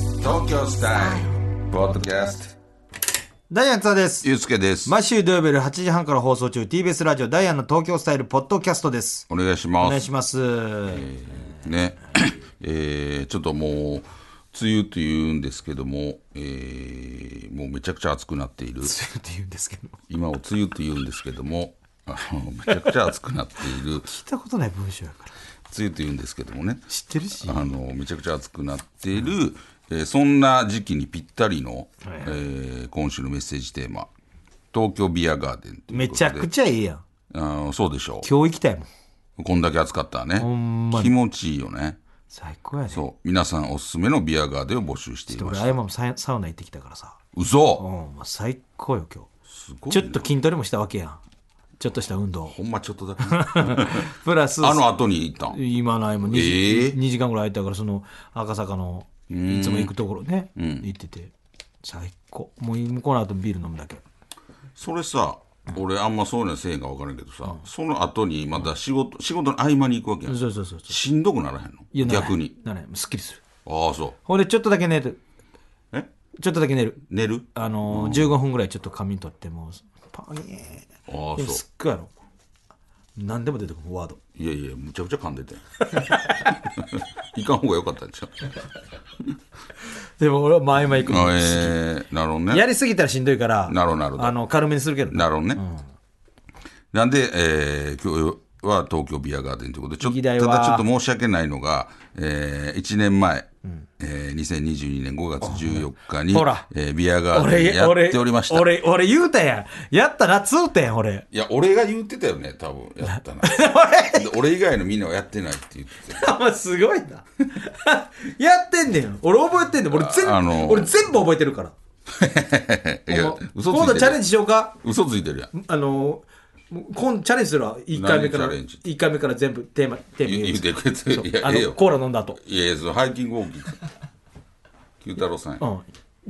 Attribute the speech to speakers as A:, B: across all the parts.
A: ンスタイルポッドキャスト
B: ダイアンツァです。
A: ゆうすけです、
B: 毎週土曜日夜8時半から放送中、TBS ラジオダイアンの東京スタイルポッドキャストです。
A: お願いし
B: お
A: ま
B: 願い
A: す
B: します。
A: ね えーちょっともう梅雨というんですけども、えーもうめちゃくちゃ暑くなっている
B: って言うんですけど、聞
A: 今を梅雨というんですけどもあのめちゃくちゃ暑くなっている梅
B: いたことない文章やから。
A: 雨というんですけどもね
B: 知ってるし。
A: あのめちゃくちゃ暑くなっている、えーそんな時期にぴったりの、
B: はい
A: えー今週のメッセージテーマ「東京ビアガーデン」とい
B: め
A: うこと
B: ち
A: で
B: ゃくちゃいいやん。
A: あのそうでしょ
B: 今日行きたいもん。
A: うこんだけ暑かったらね
B: んまに
A: 気持ちいいよね
B: 最高やね。
A: そう皆さんおすすめのビアガーデンを募集していま
B: 俺、
A: し
B: あ
A: た
B: やまもササウナ行ってきたからさ。うん、
A: 嘘
B: もう最高よ、今
A: すご
B: 日。
A: い
B: ち
A: ね
B: ょっと筋トレもしたわけやん。ちょっとした運動。
A: ほんまちょっとだ け
B: プラス、
A: あの後に行ったん
B: 今の合間 2,
A: ええ
B: 2時間ぐらい空いたからその赤坂のいつも行くところね、行ってて最高もう向こうの後ビール飲むだけ
A: それさ俺あんまそういうのせえへんか分からんけどさ、その後にまた仕事仕事の合間に行くわけやん
B: そうそうそうそう
A: しんどくならへんの
B: いやならへん
A: 逆に
B: ならへんもうすっきりする
A: ああそ
B: ほんでちょっとだけ寝る
A: うえ
B: ちょっとだけ寝る
A: 寝る
B: あのー15分ぐらいちょっと仮眠取ってもうパ
A: ああ
B: ーンでも
A: そう
B: すっごいやろ何でも出てくるワード
A: いやいや、むちゃくちゃ噛んでて。 いかん方が良かったんちゃう
B: でも俺は前々行くの
A: えー、なるほど
B: や
A: ね。
B: りすぎたらしんどいから
A: なるほどなるほど
B: あの軽めにするけど
A: なるほどね。なんで、えー、今日は東京ビアガーデンということで、ちょ
B: 議題
A: た
B: は
A: だちょっと申し訳ないのが、えー、1年前、えー、2022年5月14日に
B: ほら、
A: えー、ビアガーデン
B: 俺
A: や
B: 俺
A: っておりました。
B: 俺俺言うたやんやったなっつうたやん俺
A: いや、俺が言ってたよね、多分。や ったな。で俺以外のみんなはやってないって言ってた。
B: お前すごいな。 やってんねん。俺覚えてんねん。俺全部、
A: あのー
B: 俺全部覚えてるから。
A: いや
B: もう、
A: 嘘つ
B: 今
A: い
B: 度
A: て
B: チャ
A: る
B: レ
A: や
B: ン
A: ん。
B: ジしようか。
A: 嘘ついてるやん。
B: あのー、もう今度チャレンジするわ。1回目から、
A: 何チャレンジ
B: 一回目から全部テーマ、テーマ
A: 言
B: 言
A: う
B: う
A: てくれて。い
B: そう
A: や、
B: あ
A: ええよ
B: の、。コーラ飲んだ後。
A: いやいや、そのハイキングウォーキング。九太郎さんや。
B: うん。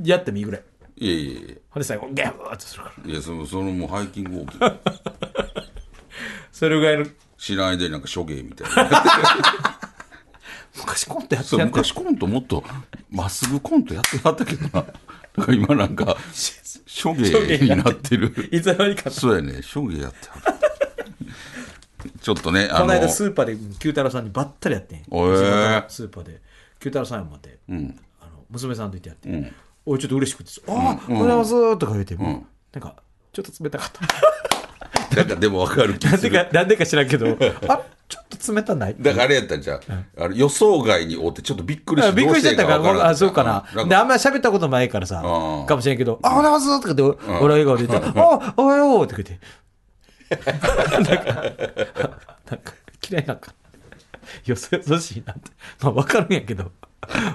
B: やってみぐらい。
A: いやいやい
B: ほんで最後、ギャーッとするから。
A: や、いやその、そのもうハイキングウォーキング。
B: それぐらいの、
A: 知らないでなんか処刑みたい な。
B: 昔コントやって
A: そう
B: やって
A: 昔コントもっとまっすぐコントやってなかったけどな。だ から今なんか 処刑になってる。
B: いつの間にか。
A: そうやね、処刑やってはる。ちょっとね、あ
B: この
A: の、
B: 間スーパーで九太郎さんにばったりやってん。
A: おえー
B: スーパーで。九太郎さんやもって、あの娘さんといてやって、おいちょっと嬉しくて、ああ、おはようございますとか言って、もうなんか、ちょっと冷たか った。
A: なんかでもわかる気
B: なん
A: す
B: で
A: る。
B: か、なんでか知らんけど、 あちょっと冷たない
A: だからあれやったんじゃうあれ予想外に追ってちょっとびっくりし
B: あ
A: て
B: びっくりしちゃったから、
A: どしてええわ
B: あ、そうかな。
A: ん
B: で、あんまり喋ったことないからさ
A: うん、
B: かもしれんけど、あ、おはようございますとかって、俺は笑 顔で言ったら、あ、おはようって言って。なんか、なんか、嫌いなんか。よそよそしいなって。まあ、わかるんやけど、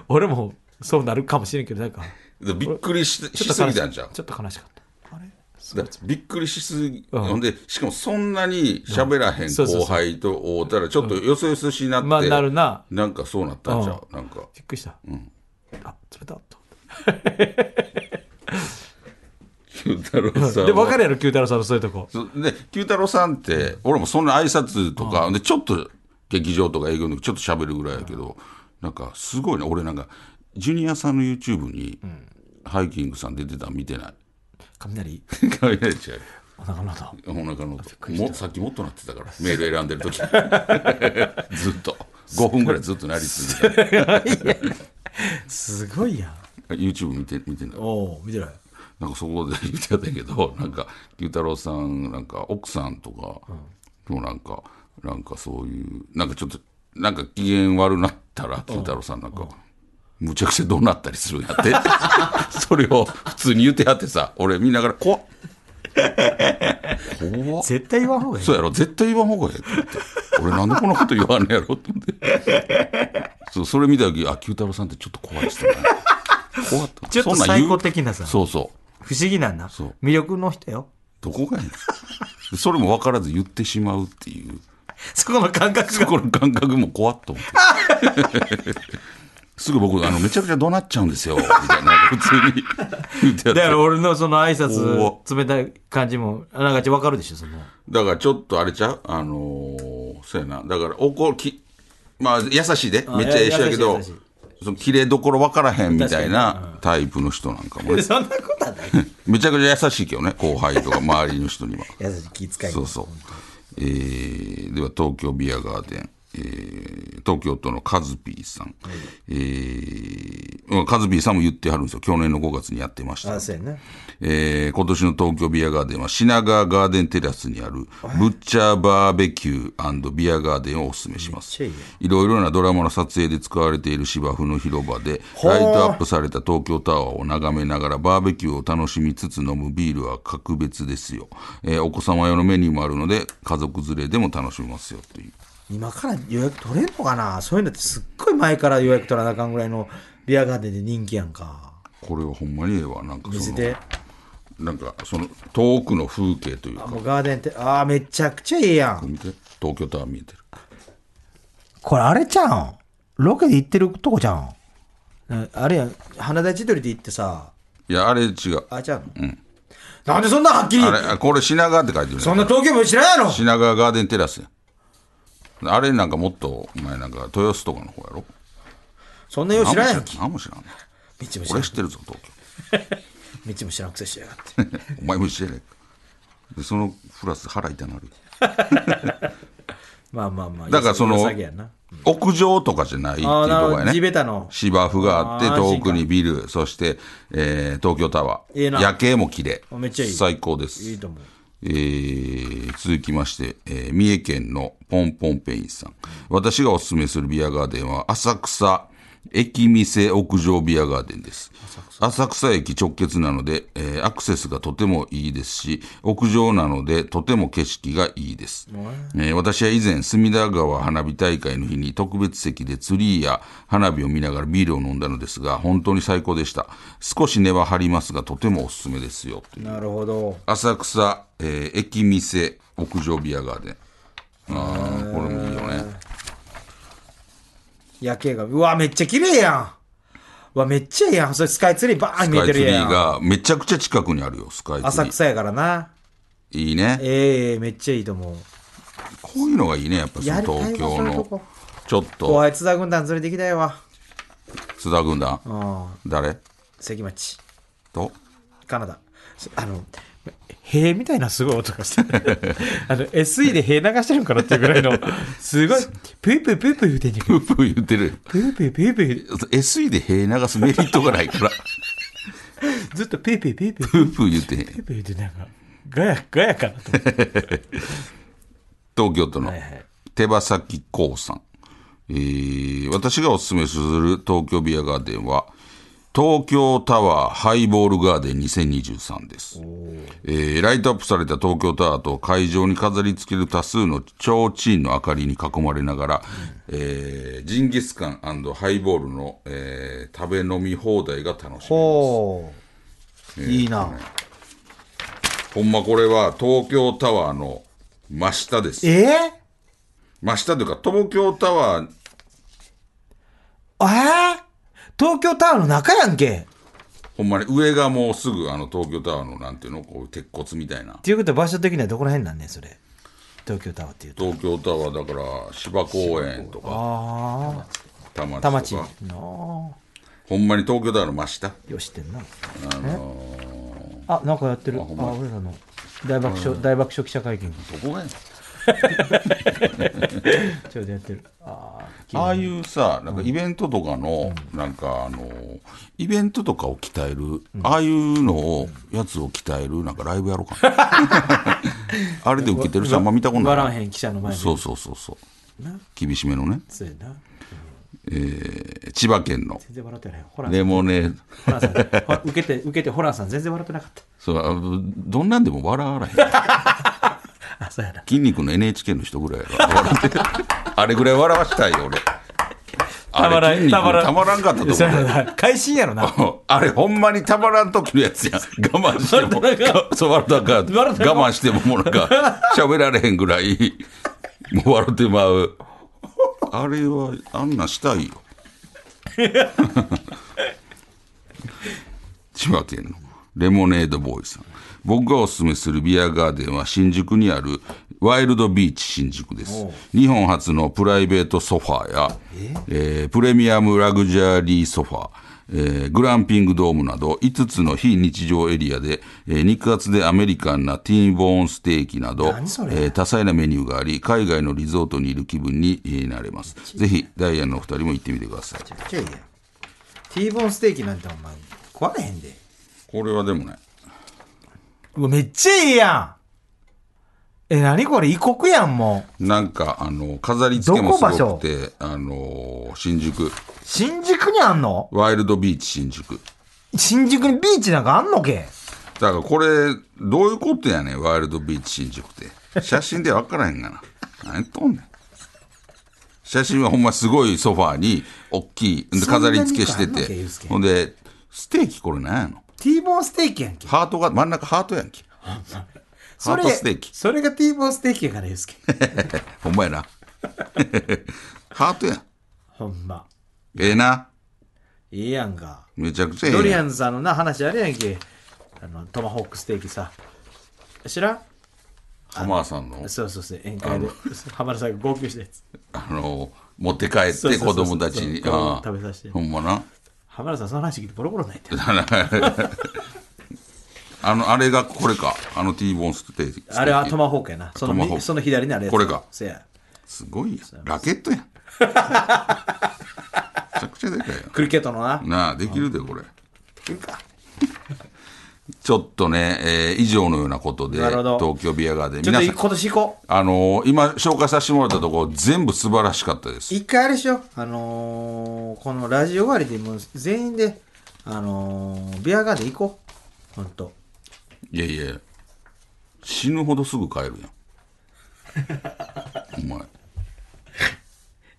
B: 俺もそうなるかもしれんけど、なんか、
A: でびっくりし
B: ち
A: し
B: ょっと
A: す
B: 悲
A: ぎ
B: しか
A: た
B: っ
A: んじゃう
B: た。ちょっと悲しかった。あれ
A: だびっくりしすぎ、
B: うん
A: ほんで、しかもそんなに喋らへん
B: そうそ
A: 後
B: うそう
A: 輩と会うたら、ちょっとよそよそしになって、
B: まあ、なるな。
A: なんかそうなったんちゃう、なんか。
B: びっくりした。あ、冷たっと。
A: 九太郎さんは。
B: で、わかるやろ、九太郎さんのそういうとこ。
A: そで、九太郎さんって、俺もそんな挨拶とか、で、ちょっと劇場とか営業の時ちょっと喋るぐらいやけど、なんかすごいな、俺なんか、ジュニアさんの YouTube に、ハイキングさん出てたん見てない。
B: 雷、
A: 考えちゃう。
B: お腹の音。
A: お腹の音もさっきもっとなってた からメール選んでる時ずっと5分ぐらいずっとなり続 けた
B: すごいやん。
A: YouTube 見て見てない
B: おお、見てない。
A: なんかそこで言ってたけどなんか牛太郎さんなんか奥さんとかもなんかなんかそういうなんかちょっとなんか機嫌悪なったら牛太郎さんなんかむちゃくちゃ怒鳴ったりするんやって それを普通に言ってやってさ俺見ながら怖っ怖っ
B: 絶対言わん方がいい。
A: そうやろ、絶対言わん方がええって俺なんでこんなこと言わんのやろって思って。そう、それ見た時、あ、九太郎さんってちょっと怖い人だね。怖った。
B: ちょっと
A: そんなん言う
B: 最高的なさ
A: そうそう。
B: 不思議なんだ
A: そう。
B: 魅力の人よ。
A: どこがやねん。 それも分からず言ってしまうっていう。
B: そこの感覚
A: そ
B: が。
A: この感覚も怖っと思って。 すぐ僕、あの、めちゃくちゃ怒鳴っちゃうんですよ。みたいな、普通に言ってやっ
B: だ
A: て
B: から俺のその挨
A: お
B: 拶、冷たい感じも、あなんかちょっとわかるでしょ、その。
A: だからちょっとあれちゃうあのーそうやな。だから怒るき、まあ優しいで。めっちゃええ人やけど
B: 優しい優しい、
A: その切れどころ分からへんみたいなタイプの人なんかもね
B: そんなことはない。
A: めちゃくちゃ優しいけどね後輩とか周りの人には
B: 優しい気遣い。
A: そうそう、えーでは東京ビアガーデン、えー東京都のカズピーさん、えーうんカズピーさんも言ってはるんですよ去年の5月にやってました
B: あ、そうやな。
A: えー今年の東京ビアガーデンは品川ガーデンテラスにあるブッチャーバーベキュービアガーデンをおすすめします
B: めっちゃいい
A: いろいろなドラマの撮影で使われている芝生の広場でライトアップされた東京タワーを眺めながらバーベキューを楽しみつつ飲むビールは格別ですよ、えーお子様用のメニューもあるので家族連れでも楽しめますよという
B: 今から予約取れんのかなそういうのってすっごい前から予約取らなあかんぐらいのビアガーデンで人気やんか。
A: これはほんまにええわなんかそ
B: 水
A: の
B: で。
A: なんかその遠くの風景というか
B: もうガーデンって、ああ、めちゃくちゃいいやん。
A: 見て東京タワー見えてる
B: これあれじゃん。ロケで行ってるとこじゃん。なあれやん、花田千鳥で行ってさ、
A: いやあれ違う
B: あ、ちゃうの、なんでそんなはっきり
A: あ、れ、あこれ品川って書いてるね
B: そんな東京も知らんやろ
A: 品川ガーデンテラスやあれなんかもっと、お前なんか豊洲とかの方やろ
B: そんなよう知らんやろ。
A: 何も知らん。何も知
B: 道
A: らん。
B: も知らん
A: 俺。知ってるぞ、東
B: 道も知らんくせしやがって。
A: 京。 お前も知らねえで、そのプラス腹痛なる。
B: まあまあまあ。
A: だからその
B: 良さげやな
A: 屋上とかじゃないっていうと
B: ああ、なる
A: こ
B: ほ
A: や
B: ど。地べ
A: ね。
B: たの。
A: 芝生があって、
B: あー安心
A: 遠
B: 感
A: くにビル、そして、えー東京タワ
B: ええ
A: ー。
B: な
A: 夜景も綺麗。
B: めっちゃいい
A: 最高です。
B: いいと思う。
A: えー続きまして、えー三重県のポンポンペインさん。私がおすすめするビアガーデンは、浅草駅店屋上ビアガーデンです。浅草駅直結なので、えーアクセスがとてもいいですし、屋上なのでとても景色がいいです。えー私は以前、隅田川花火大会の日に特別席でツリーや花火を見ながらビールを飲んだのですが、本当に最高でした。少し根は張りますが、とてもおすすめですよ。という
B: なるほど。
A: 浅草、えー駅店屋上ビアガーデンあーこれもいいよね
B: 夜景が。うわ、めっちゃ綺麗やん。うわ、めっちゃいいやん。それスカイツリーバーン
A: ス
B: 見え
A: カイ
B: て
A: ツ
B: る
A: リ
B: や
A: ー
B: ん。
A: がめちゃくちゃ近くにあるよスカイツ
B: 浅
A: リー
B: 草やからな。
A: いいね
B: ええめっちゃいいと思う。
A: こういうのがいいねやっぱその
B: やりたいわ
A: 東京
B: そういうとこ
A: のちょっ
B: 後
A: と
B: 輩津田軍団連れてきたいわ。
A: 津田軍団
B: うん。
A: 誰
B: 関町。
A: と
B: カナダ。そあの、塀みたいなすごい音がして るあの、SE で塀流してるんかなっていうぐらいの、すごい、ぷいぷいぷいぷい言うてんねんけ
A: プ
B: ど。
A: ープー言ってる
B: ぷいぷいぷいぷい、
A: SE で塀流すメリットがないから
B: ずっとぷいぷいぷいぷい
A: プープー言ってへん
B: ぷいぷい言うてなんか、ガヤ、ガヤかなと思って。
A: 東京都の
B: はいはい
A: 手羽先こうさん、えー私がおすすめする東京ビアガーデンは東京タワーハイボールガーデン2023です、えーライトアップされた東京タワーと会場に飾り付ける多数の提灯の明かりに囲まれながら、えージンギスカンハイボールの、えー食べ飲み放題が楽しめます
B: ほう。いいな。
A: ほんまこれは東京タワーの真下です
B: ええ
A: 真下というか東京タワー
B: えー東京タワーの中やんけ。
A: ほんまに上がもうすぐあの東京タワーのなんていうのこう鉄骨みたいな
B: っていうことは場所的にはどこら辺なんねんそれ。東京タワーっていうと。
A: 東京タワーだから芝公園とか
B: ああ、
A: 田町と
B: 田
A: か
B: 町。の
A: ほんまに東京タワーの真下
B: よしってんな。あ、なんかやってる。あ、俺らの大爆笑、大爆笑記者会見。
A: どこがやねん
B: ちょうどやってる。あ
A: ああいうさなんかイベントとかの、なんかあのイベントとかを鍛える、ああいうのをやつを鍛えるなんかライブやろうかな あれで受けてる人あんま見たこと
B: あ、笑わ
A: ない
B: へん記者の前で。
A: そうそうそうそう
B: な
A: 厳しめのね、
B: そうやな。
A: えー千葉県の
B: 全然笑ってない。ホラン
A: レモネード
B: ホランさん。ほ受けて、受けて、ホランさん全然笑ってなかっ
A: そうあどんなんでも笑われへん
B: た。あ、そうやな。
A: 筋肉の NHK の人ぐらいやから笑って あれぐらい笑わしたいよ俺あれ筋肉たまらんかったと思う
B: そうや
A: で
B: な。会心やろな。
A: あれほんまにたまらん時のやつやん我慢しても
B: 笑ったらあか
A: そう笑ったらあかん
B: 笑ったらあかん
A: 我慢してももうなんか喋られへんぐらいもう笑ってまうあれはあんなしたいよ千葉県のレモネードボーイさん僕がおすすめするビアガーデンは新宿にあるワイルドビーチ新宿です。日本初のプライベートソファーや、えープレミアムラグジュアリーソファー、えーグランピングドームなど5つの非日常エリアで、えー肉厚でアメリカンなティーンボーンステーキなど、え
B: 何それ
A: ー多彩なメニューがあり、海外のリゾートにいる気分にえーなれます。ぜひ、ダイアンのお二人も行ってみてください。
B: ちょいちょいやん。ティーボーンステーキなんてお前、食われへんで。
A: これはでもね、
B: うわ、めっちゃいいやん。え、なにこれ異国やん、もう。
A: なんか、あの、飾り付けも
B: どこ場
A: す
B: 所
A: ごくて、あの、新宿、
B: 新宿にあんの
A: ワイルドビーチ新宿。
B: 新宿にビーチなんかあんのけ
A: だからこれ、どういうことやねん、ワイルドビーチ新宿って。写真で分からへんがな。何やっとんねん。写真はほんますごいソファーに、大きい、
B: そんな
A: 飾
B: に
A: り付けして
B: かあんのけユ
A: て
B: ースケ。
A: ほんで、ステーキこれなんやの
B: ティーボーンステーキやんけ。
A: ハートが、真ん中ハートやんけ。 ハ
B: そ
A: ー
B: れ
A: トステーキ。
B: それがティーボーンステーキやから、ゆうすけ。
A: ほんまやな。 ハートやん。
B: ほんま。
A: ええな。
B: いいやんか。
A: めちゃくちゃえ
B: ド
A: え
B: リ
A: や
B: ア
A: ん。
B: ンズさんのな、話あれやんけ。あの、トマホークステーキさ。知らん
A: 浜田さんの、
B: そうそうそう、宴会で。浜田さんが号泣したやつ。
A: あの、持って帰っ
B: そう
A: て
B: そ
A: 子
B: うそうそ
A: 供
B: う
A: たちに。
B: そう
A: ああ
B: 食べさせて
A: ほんまな。
B: 浜田さん、その話聞いてボロボロ泣いてる。
A: あの、あれがこれか。あの T ボーンステーキ。
B: あれはトマホークやな。その
A: トマホー
B: み
A: ク
B: その左にあるやつ。
A: これか
B: せや。
A: すごいやん。ラケットやん。めちゃくちゃでかいや
B: クリケットのな。
A: ん。なあ、できるで、これ。
B: いいか
A: ちょっとね、えー以上のようなことで、
B: なるほど
A: 東京ビアガーデン。
B: ちょっ
A: 皆
B: と
A: さ
B: 今
A: ん、
B: 年行こう。
A: あのー今紹介させてもらったところ、全部素晴らしかったです。
B: 一回あれしよう。あのー、このラジオ終わりでもう全員で、あのー、ビアガーデン行こう。ほんと。
A: いやいや、死ぬほどすぐ帰るやん。 お前。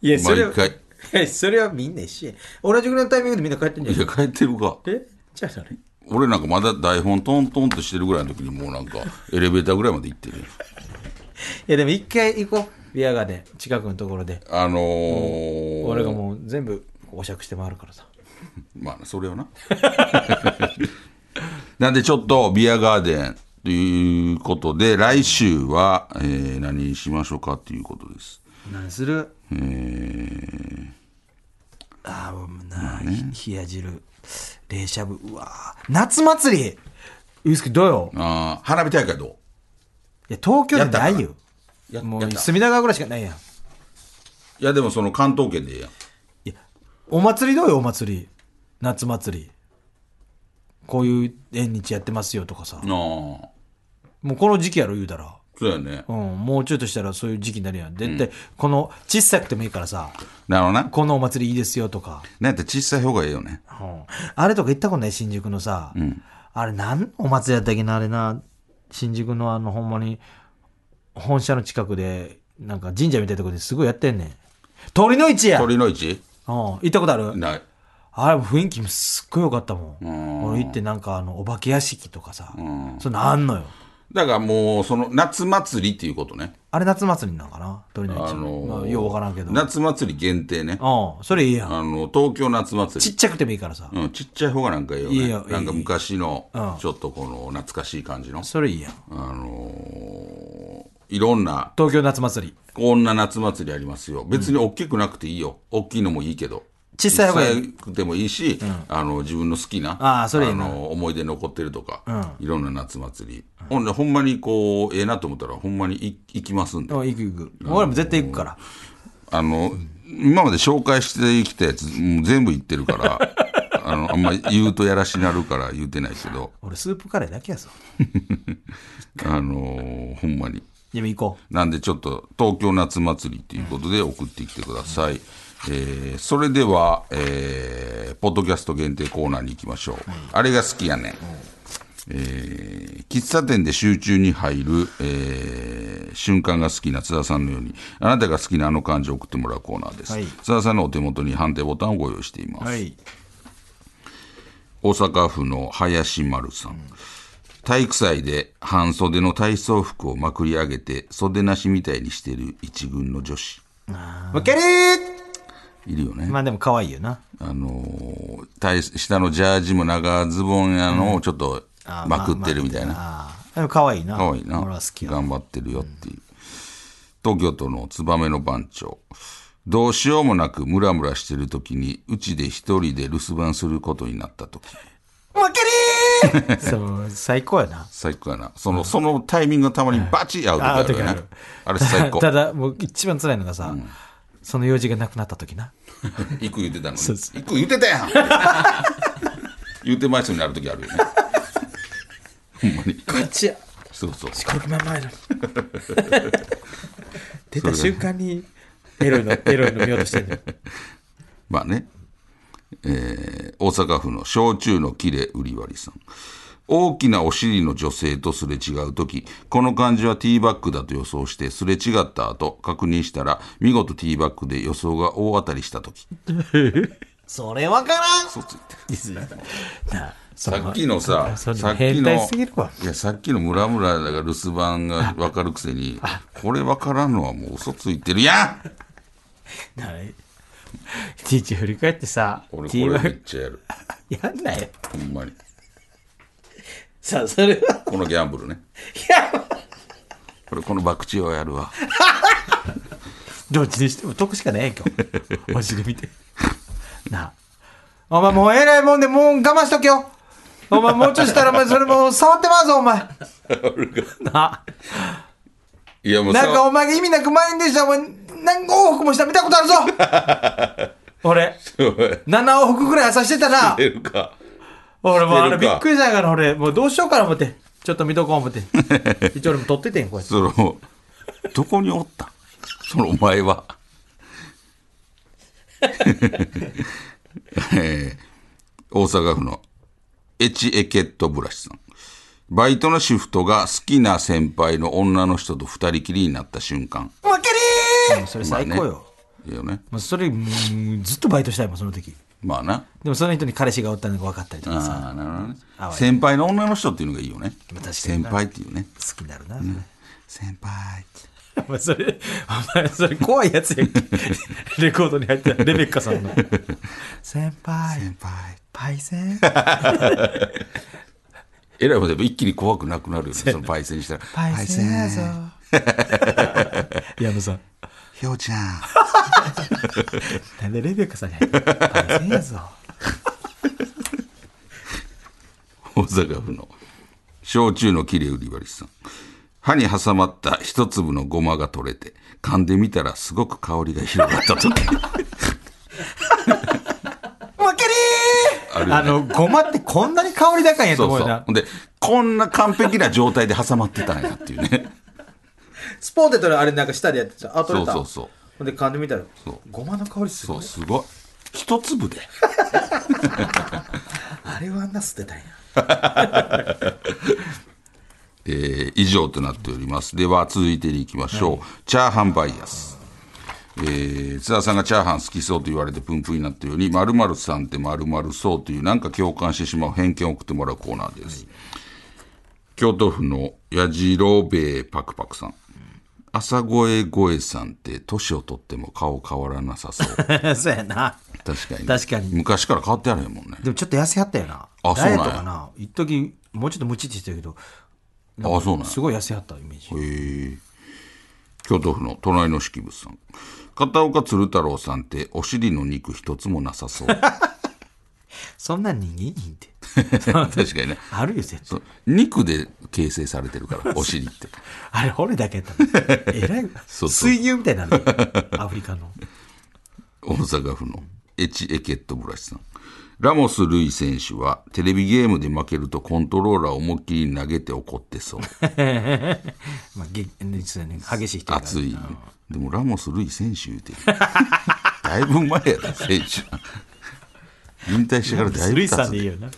B: いや、それは
A: 毎、
B: いや それはみんな一緒や。同じぐらいのタイミングでみんな帰ってんじゃ
A: い
B: ん。
A: や、帰ってるか。
B: えじゃあそれ。
A: 俺なんかまだ台本トントンとしてるぐらいの時にもうなんかエレベーターぐらいまで行ってるよ
B: いやでも一回行こう。ビアガーデン、近くのところで。
A: あのー
B: 俺がもう全部お酌して回るからさ。
A: まあそれをな なんでちょっとビアガーデンということで来週は、えー何にしましょうかっていうことです
B: 何する
A: えー
B: ああ、もうな、ひ冷や汁、冷しゃぶ、うわー夏祭りゆうすけどうよ
A: あー花火大会ど
B: いや、東京じゃないよ。
A: うや
B: も
A: や
B: う
A: った
B: 隅田川ぐらいしかないやん。
A: いやでもその関東圏でええやん
B: いや、お祭りどうよ、お祭り。夏祭り。こういう縁日やってますよとかさ。
A: ああ
B: もうこの時期やろ、言うたら。
A: そうやね
B: うん、もうちょっとしたらそういう時期になるやん。絶対、この、小さくてもいいからさ、
A: なるほどな
B: このお祭りいいですよとか。
A: なんやったら小さい方がええよね
B: うんあれとか行ったことない、新宿のさ。あれ、なん、お祭りやったっけな、あれな。新宿のあの、ほんまに、本社の近くで、なんか神社みたいなとこですごいやってんねん。鳥の市やうん、
A: 鳥の市
B: 行ったことある
A: ない
B: あれも雰囲気すっごい良かったも
A: うん
B: ん。俺行ってなんかあの、お化け屋敷とかさ
A: ん。
B: そんなんあんのよ。
A: だからもうその夏祭りっていうことね
B: あれ夏祭りなんかな鳥の
A: あ
B: 市。
A: のー
B: まあようわからんけど。うん、
A: 夏祭り限定ね。
B: それいいやん。
A: あの、東京夏祭
B: ちっ
A: り。
B: ちゃくてもいいからさ。
A: うん、ちっちゃい方がなんかいいよね。
B: いいよ
A: なんか昔の
B: うん、
A: ちょっとこの懐かしい感じの。
B: それいいやん。
A: あのーいろんな、
B: 東京夏祭り。
A: こんな夏祭りありますよ。別に大きくなくていいよ。大きいのもいいけど。
B: 小さい方がいい
A: 小さくてもいいし、あの、自分の好きな、
B: あーそれいいな
A: の、思い出残ってるとか、いろんな夏祭り。ほんで、ほんまにこう、ええなと思ったら、ほんまにい行きますんで
B: う。ん行く行く。俺も絶対行くから。
A: あの、今まで紹介してきたやつ、もう全部言ってる から、あの、あんま言うとやらしなるから言うてないけど、
B: 俺スープカレーだけやぞ。
A: あのーほんまに。
B: でも行こう。
A: なんでちょっと、東京夏祭りということで送ってきてください。えーそれでは、えーポッドキャスト限定コーナーに行きましょう。あれが好きやねん。えー喫茶店で集中に入る、えー瞬間が好きな津田さんのように、あなたが好きなあの漢字を送ってもらうコーナーです。
B: はい
A: 津田さんのお手元に判定ボタンをご用意しています。
B: い。
A: 大阪府の林丸さん。体育祭で半袖の体操服をまくり上げて袖なしみたいにしてる一軍の女子。
B: わかる
A: いるよね。
B: まあでも可愛いよな。
A: あのー体下のジャージも長ズボンやのをちょっとまくってるみたいな。
B: ああ。でも可愛いな。
A: 可愛いな。
B: 俺は好きや。
A: 頑張ってるよっていう。東京都のツバメの番長。どうしようもなくムラムラしてる時に、うちで一人で留守番することになった時。
B: 負けりーそう、最高やな。
A: 最高やな。その、そのタイミングがたまにバチ合う時あるよね。
B: あ
A: あ
B: ある時
A: れ最高。
B: ただ、もう一番辛いのがさ、その用事がなくなった時な。
A: 行く言ってたのに。
B: そうそ
A: 行く言ってたやん 言ってまいそうになる時あるよね。ほんまに。
B: こっちや。
A: そうそう。
B: これ前 の。出た瞬間に、エロいの、エロいの見ようとしてんのよ。
A: まあね、えー大阪府の焼酎のきれ売り割りさん。大きなお尻の女性とすれ違うとき、この感じはティーバッグだと予想して、すれ違った後、確認したら、見事ティーバッグで予想が大当たりしたとき。
B: それわからん
A: 嘘ついて
B: なあその
A: さっきのさ、
B: そ
A: さ
B: れ
A: っき
B: 変
A: の、
B: 態すぎるわ。
A: いや、さっきのムラムラが留守番がわかるくせに、これわからんのはもう嘘ついてるやん
B: なあいちいち振り返ってさ、
A: 俺こ
B: T
A: れ
B: ワ
A: め
B: ー
A: っちゃや る。
B: クやんなよ。
A: ほんまに。
B: さあ、それは、
A: このギャンブルね。
B: いや、
A: これこの博打をやるわ。
B: どっちにしても得しかねえん今 日。お尻見て。なあ。お前もう偉いもんで、もう我慢しとけよ。お前もうちょいしたら、お前それもう触ってまうぞ、お前。 なあ。
A: いや、もうさ
B: なんかお前が意味なく満員でしたお前、何往復もした見たことあるぞ 俺、7往復ぐらい朝してたな。
A: 出るか。
B: 俺もうあ
A: し
B: れ
A: て
B: び
A: るか
B: っくりしたから、俺、もうどうしようかな思って。ちょっと見とこう 思って。一応俺も撮っててん、これ。
A: その、どこにおったんそのお前は。 えー大阪府のエチエケットブラシさん。バイトのシフトが好きな先輩の女の人と二人きりになった瞬間。
B: 負け りーそれ最高
A: まあ
B: よ。
A: ね。いいよね。
B: もうそれ、うんずっとバイトしたいもん、その時。
A: まあな。
B: でもその人に彼氏がおったのが分かったりとかさ、
A: ああ、なるほどね
B: 淡。い
A: 先輩の女の人っていうのがいいよね。
B: 確かにな
A: 先輩っていうね。
B: 好きになるな。
A: 先輩。
B: お前それ、お前それ怖いやつやん け。レコードに入ってたレベッカ さんの。先輩、
A: 先輩。
B: パイセン。
A: えらいもんでも一気に怖くなくなるよね。そのパイセンにしたら。
B: パイセンやぞ。 矢野さん。
A: ひょうちゃん。
B: なんでレベッカさんに入ってるパイセン やぞ。
A: 大阪府の焼酎の切れ売り割りさん歯に挟まった一粒のごまが取れて噛んでみたらすごく香りが広がった時
B: 負けり ー
A: あるよね
B: あの、ごまってこんなに香り高いんやと
A: そう
B: 思
A: そ
B: うよ
A: う
B: な
A: ほ。んでこんな完璧な状態で挟まってたんやっていうね
B: スポーテトのあれなんか下でやってた。あ、取れた。
A: そうそうそう
B: ほんで噛んでみたら
A: そう、
B: ごまの香りす
A: そ
B: ご
A: う
B: い。
A: すごい一粒で
B: あれはあんな捨てたんや。
A: えー以上となっております。では、続いてに行きましょう。チャーハンバイアス。えー津田さんがチャーハン好きそうと言われてプンプンになったように、〇〇さんって〇〇そうという、なんか共感してしまう偏見を送ってもらうコーナーです。京都府のやじろべえパクパクさん。朝声声さんって年をとっても顔変わらなさ そう。確
B: そうやな。
A: かに。
B: 確かに
A: 昔から変わってあらへんもんね。
B: でもちょっと痩せはったよな。
A: あそうな
B: ダ
A: ん
B: イエ
A: や
B: ットかな。一時もうちょっとムチってしてたけど、
A: ああ、そうなんや
B: すごい痩せはったイメージ。
A: えー京都府の隣の式部さん片岡鶴太郎さんってお尻の肉一つもなさそう
B: そんなん人間いいんって。
A: 確かにね
B: あるよ、絶
A: そ
B: 対。
A: う肉で形成されてるからお尻って
B: あれ、骨だけ やったの。えらい。
A: そう
B: 水牛みたいになるよ。アフリカの。
A: 大阪府のエチエケットブラシさんラモス・ルイ選手はテレビゲームで負けるとコントローラーを思いっきり投げて怒ってそう
B: まあ、げ実はね、激しい人やから
A: 熱いねでもラモス・ルイ選手言うてるだいぶ前やな選手引退してからだいぶ
B: ル
A: 経
B: イさ
A: つ
B: んでいいよな。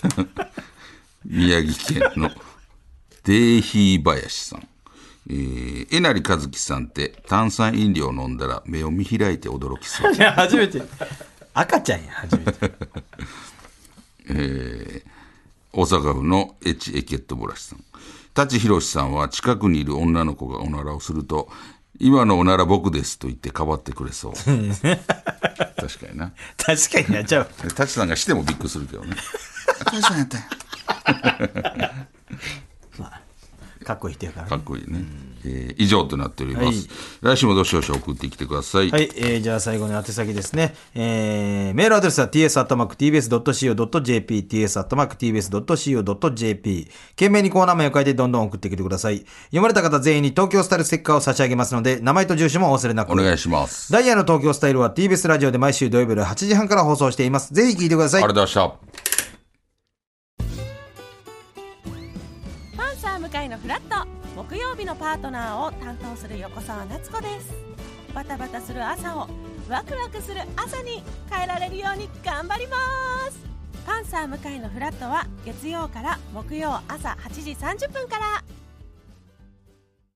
A: 宮城県の デーヒー林さん。えー、えなりかずきさんって炭酸飲料飲んだら目を見開いて驚きそう。
B: いや、初めて。赤ちゃんや、初めて。
A: 大阪府のエチエケットブラシさん。舘ひろしさんは近くにいる女の子がおならをすると、今のおなら僕ですと言ってかばってくれそう。確かにな。
B: 確かにやっちゃう。
A: 舘さんがしてもびっくりするけどね。舘さんやったんや。
B: かっこいい人やからね
A: かっこいいね、えー以上となっております、来週もどしどし送ってきてください、
B: はい、えーじゃあ最後の宛先ですね。えーメールアドレスは ts.tbs.co.jp、ts.tbs.co.jp。懸命にコーナー名を書いてどんどん送ってきてください。読まれた方全員に東京スタイルステッカーを差し上げますので、名前と住所もお忘れなく。
A: お願いします
B: ダイヤの東京スタイルは TBS ラジオで毎週土曜日夜8時半から放送しています。ぜひ聞いてください
A: あ。りがとうございました
C: パンサー向かいのフラット木曜日のパートナーを担当する横澤夏子ですバタバタする朝をワクワクする朝に変えられるように頑張りますパンサー向かいのフラットは月曜から木曜朝8時30分から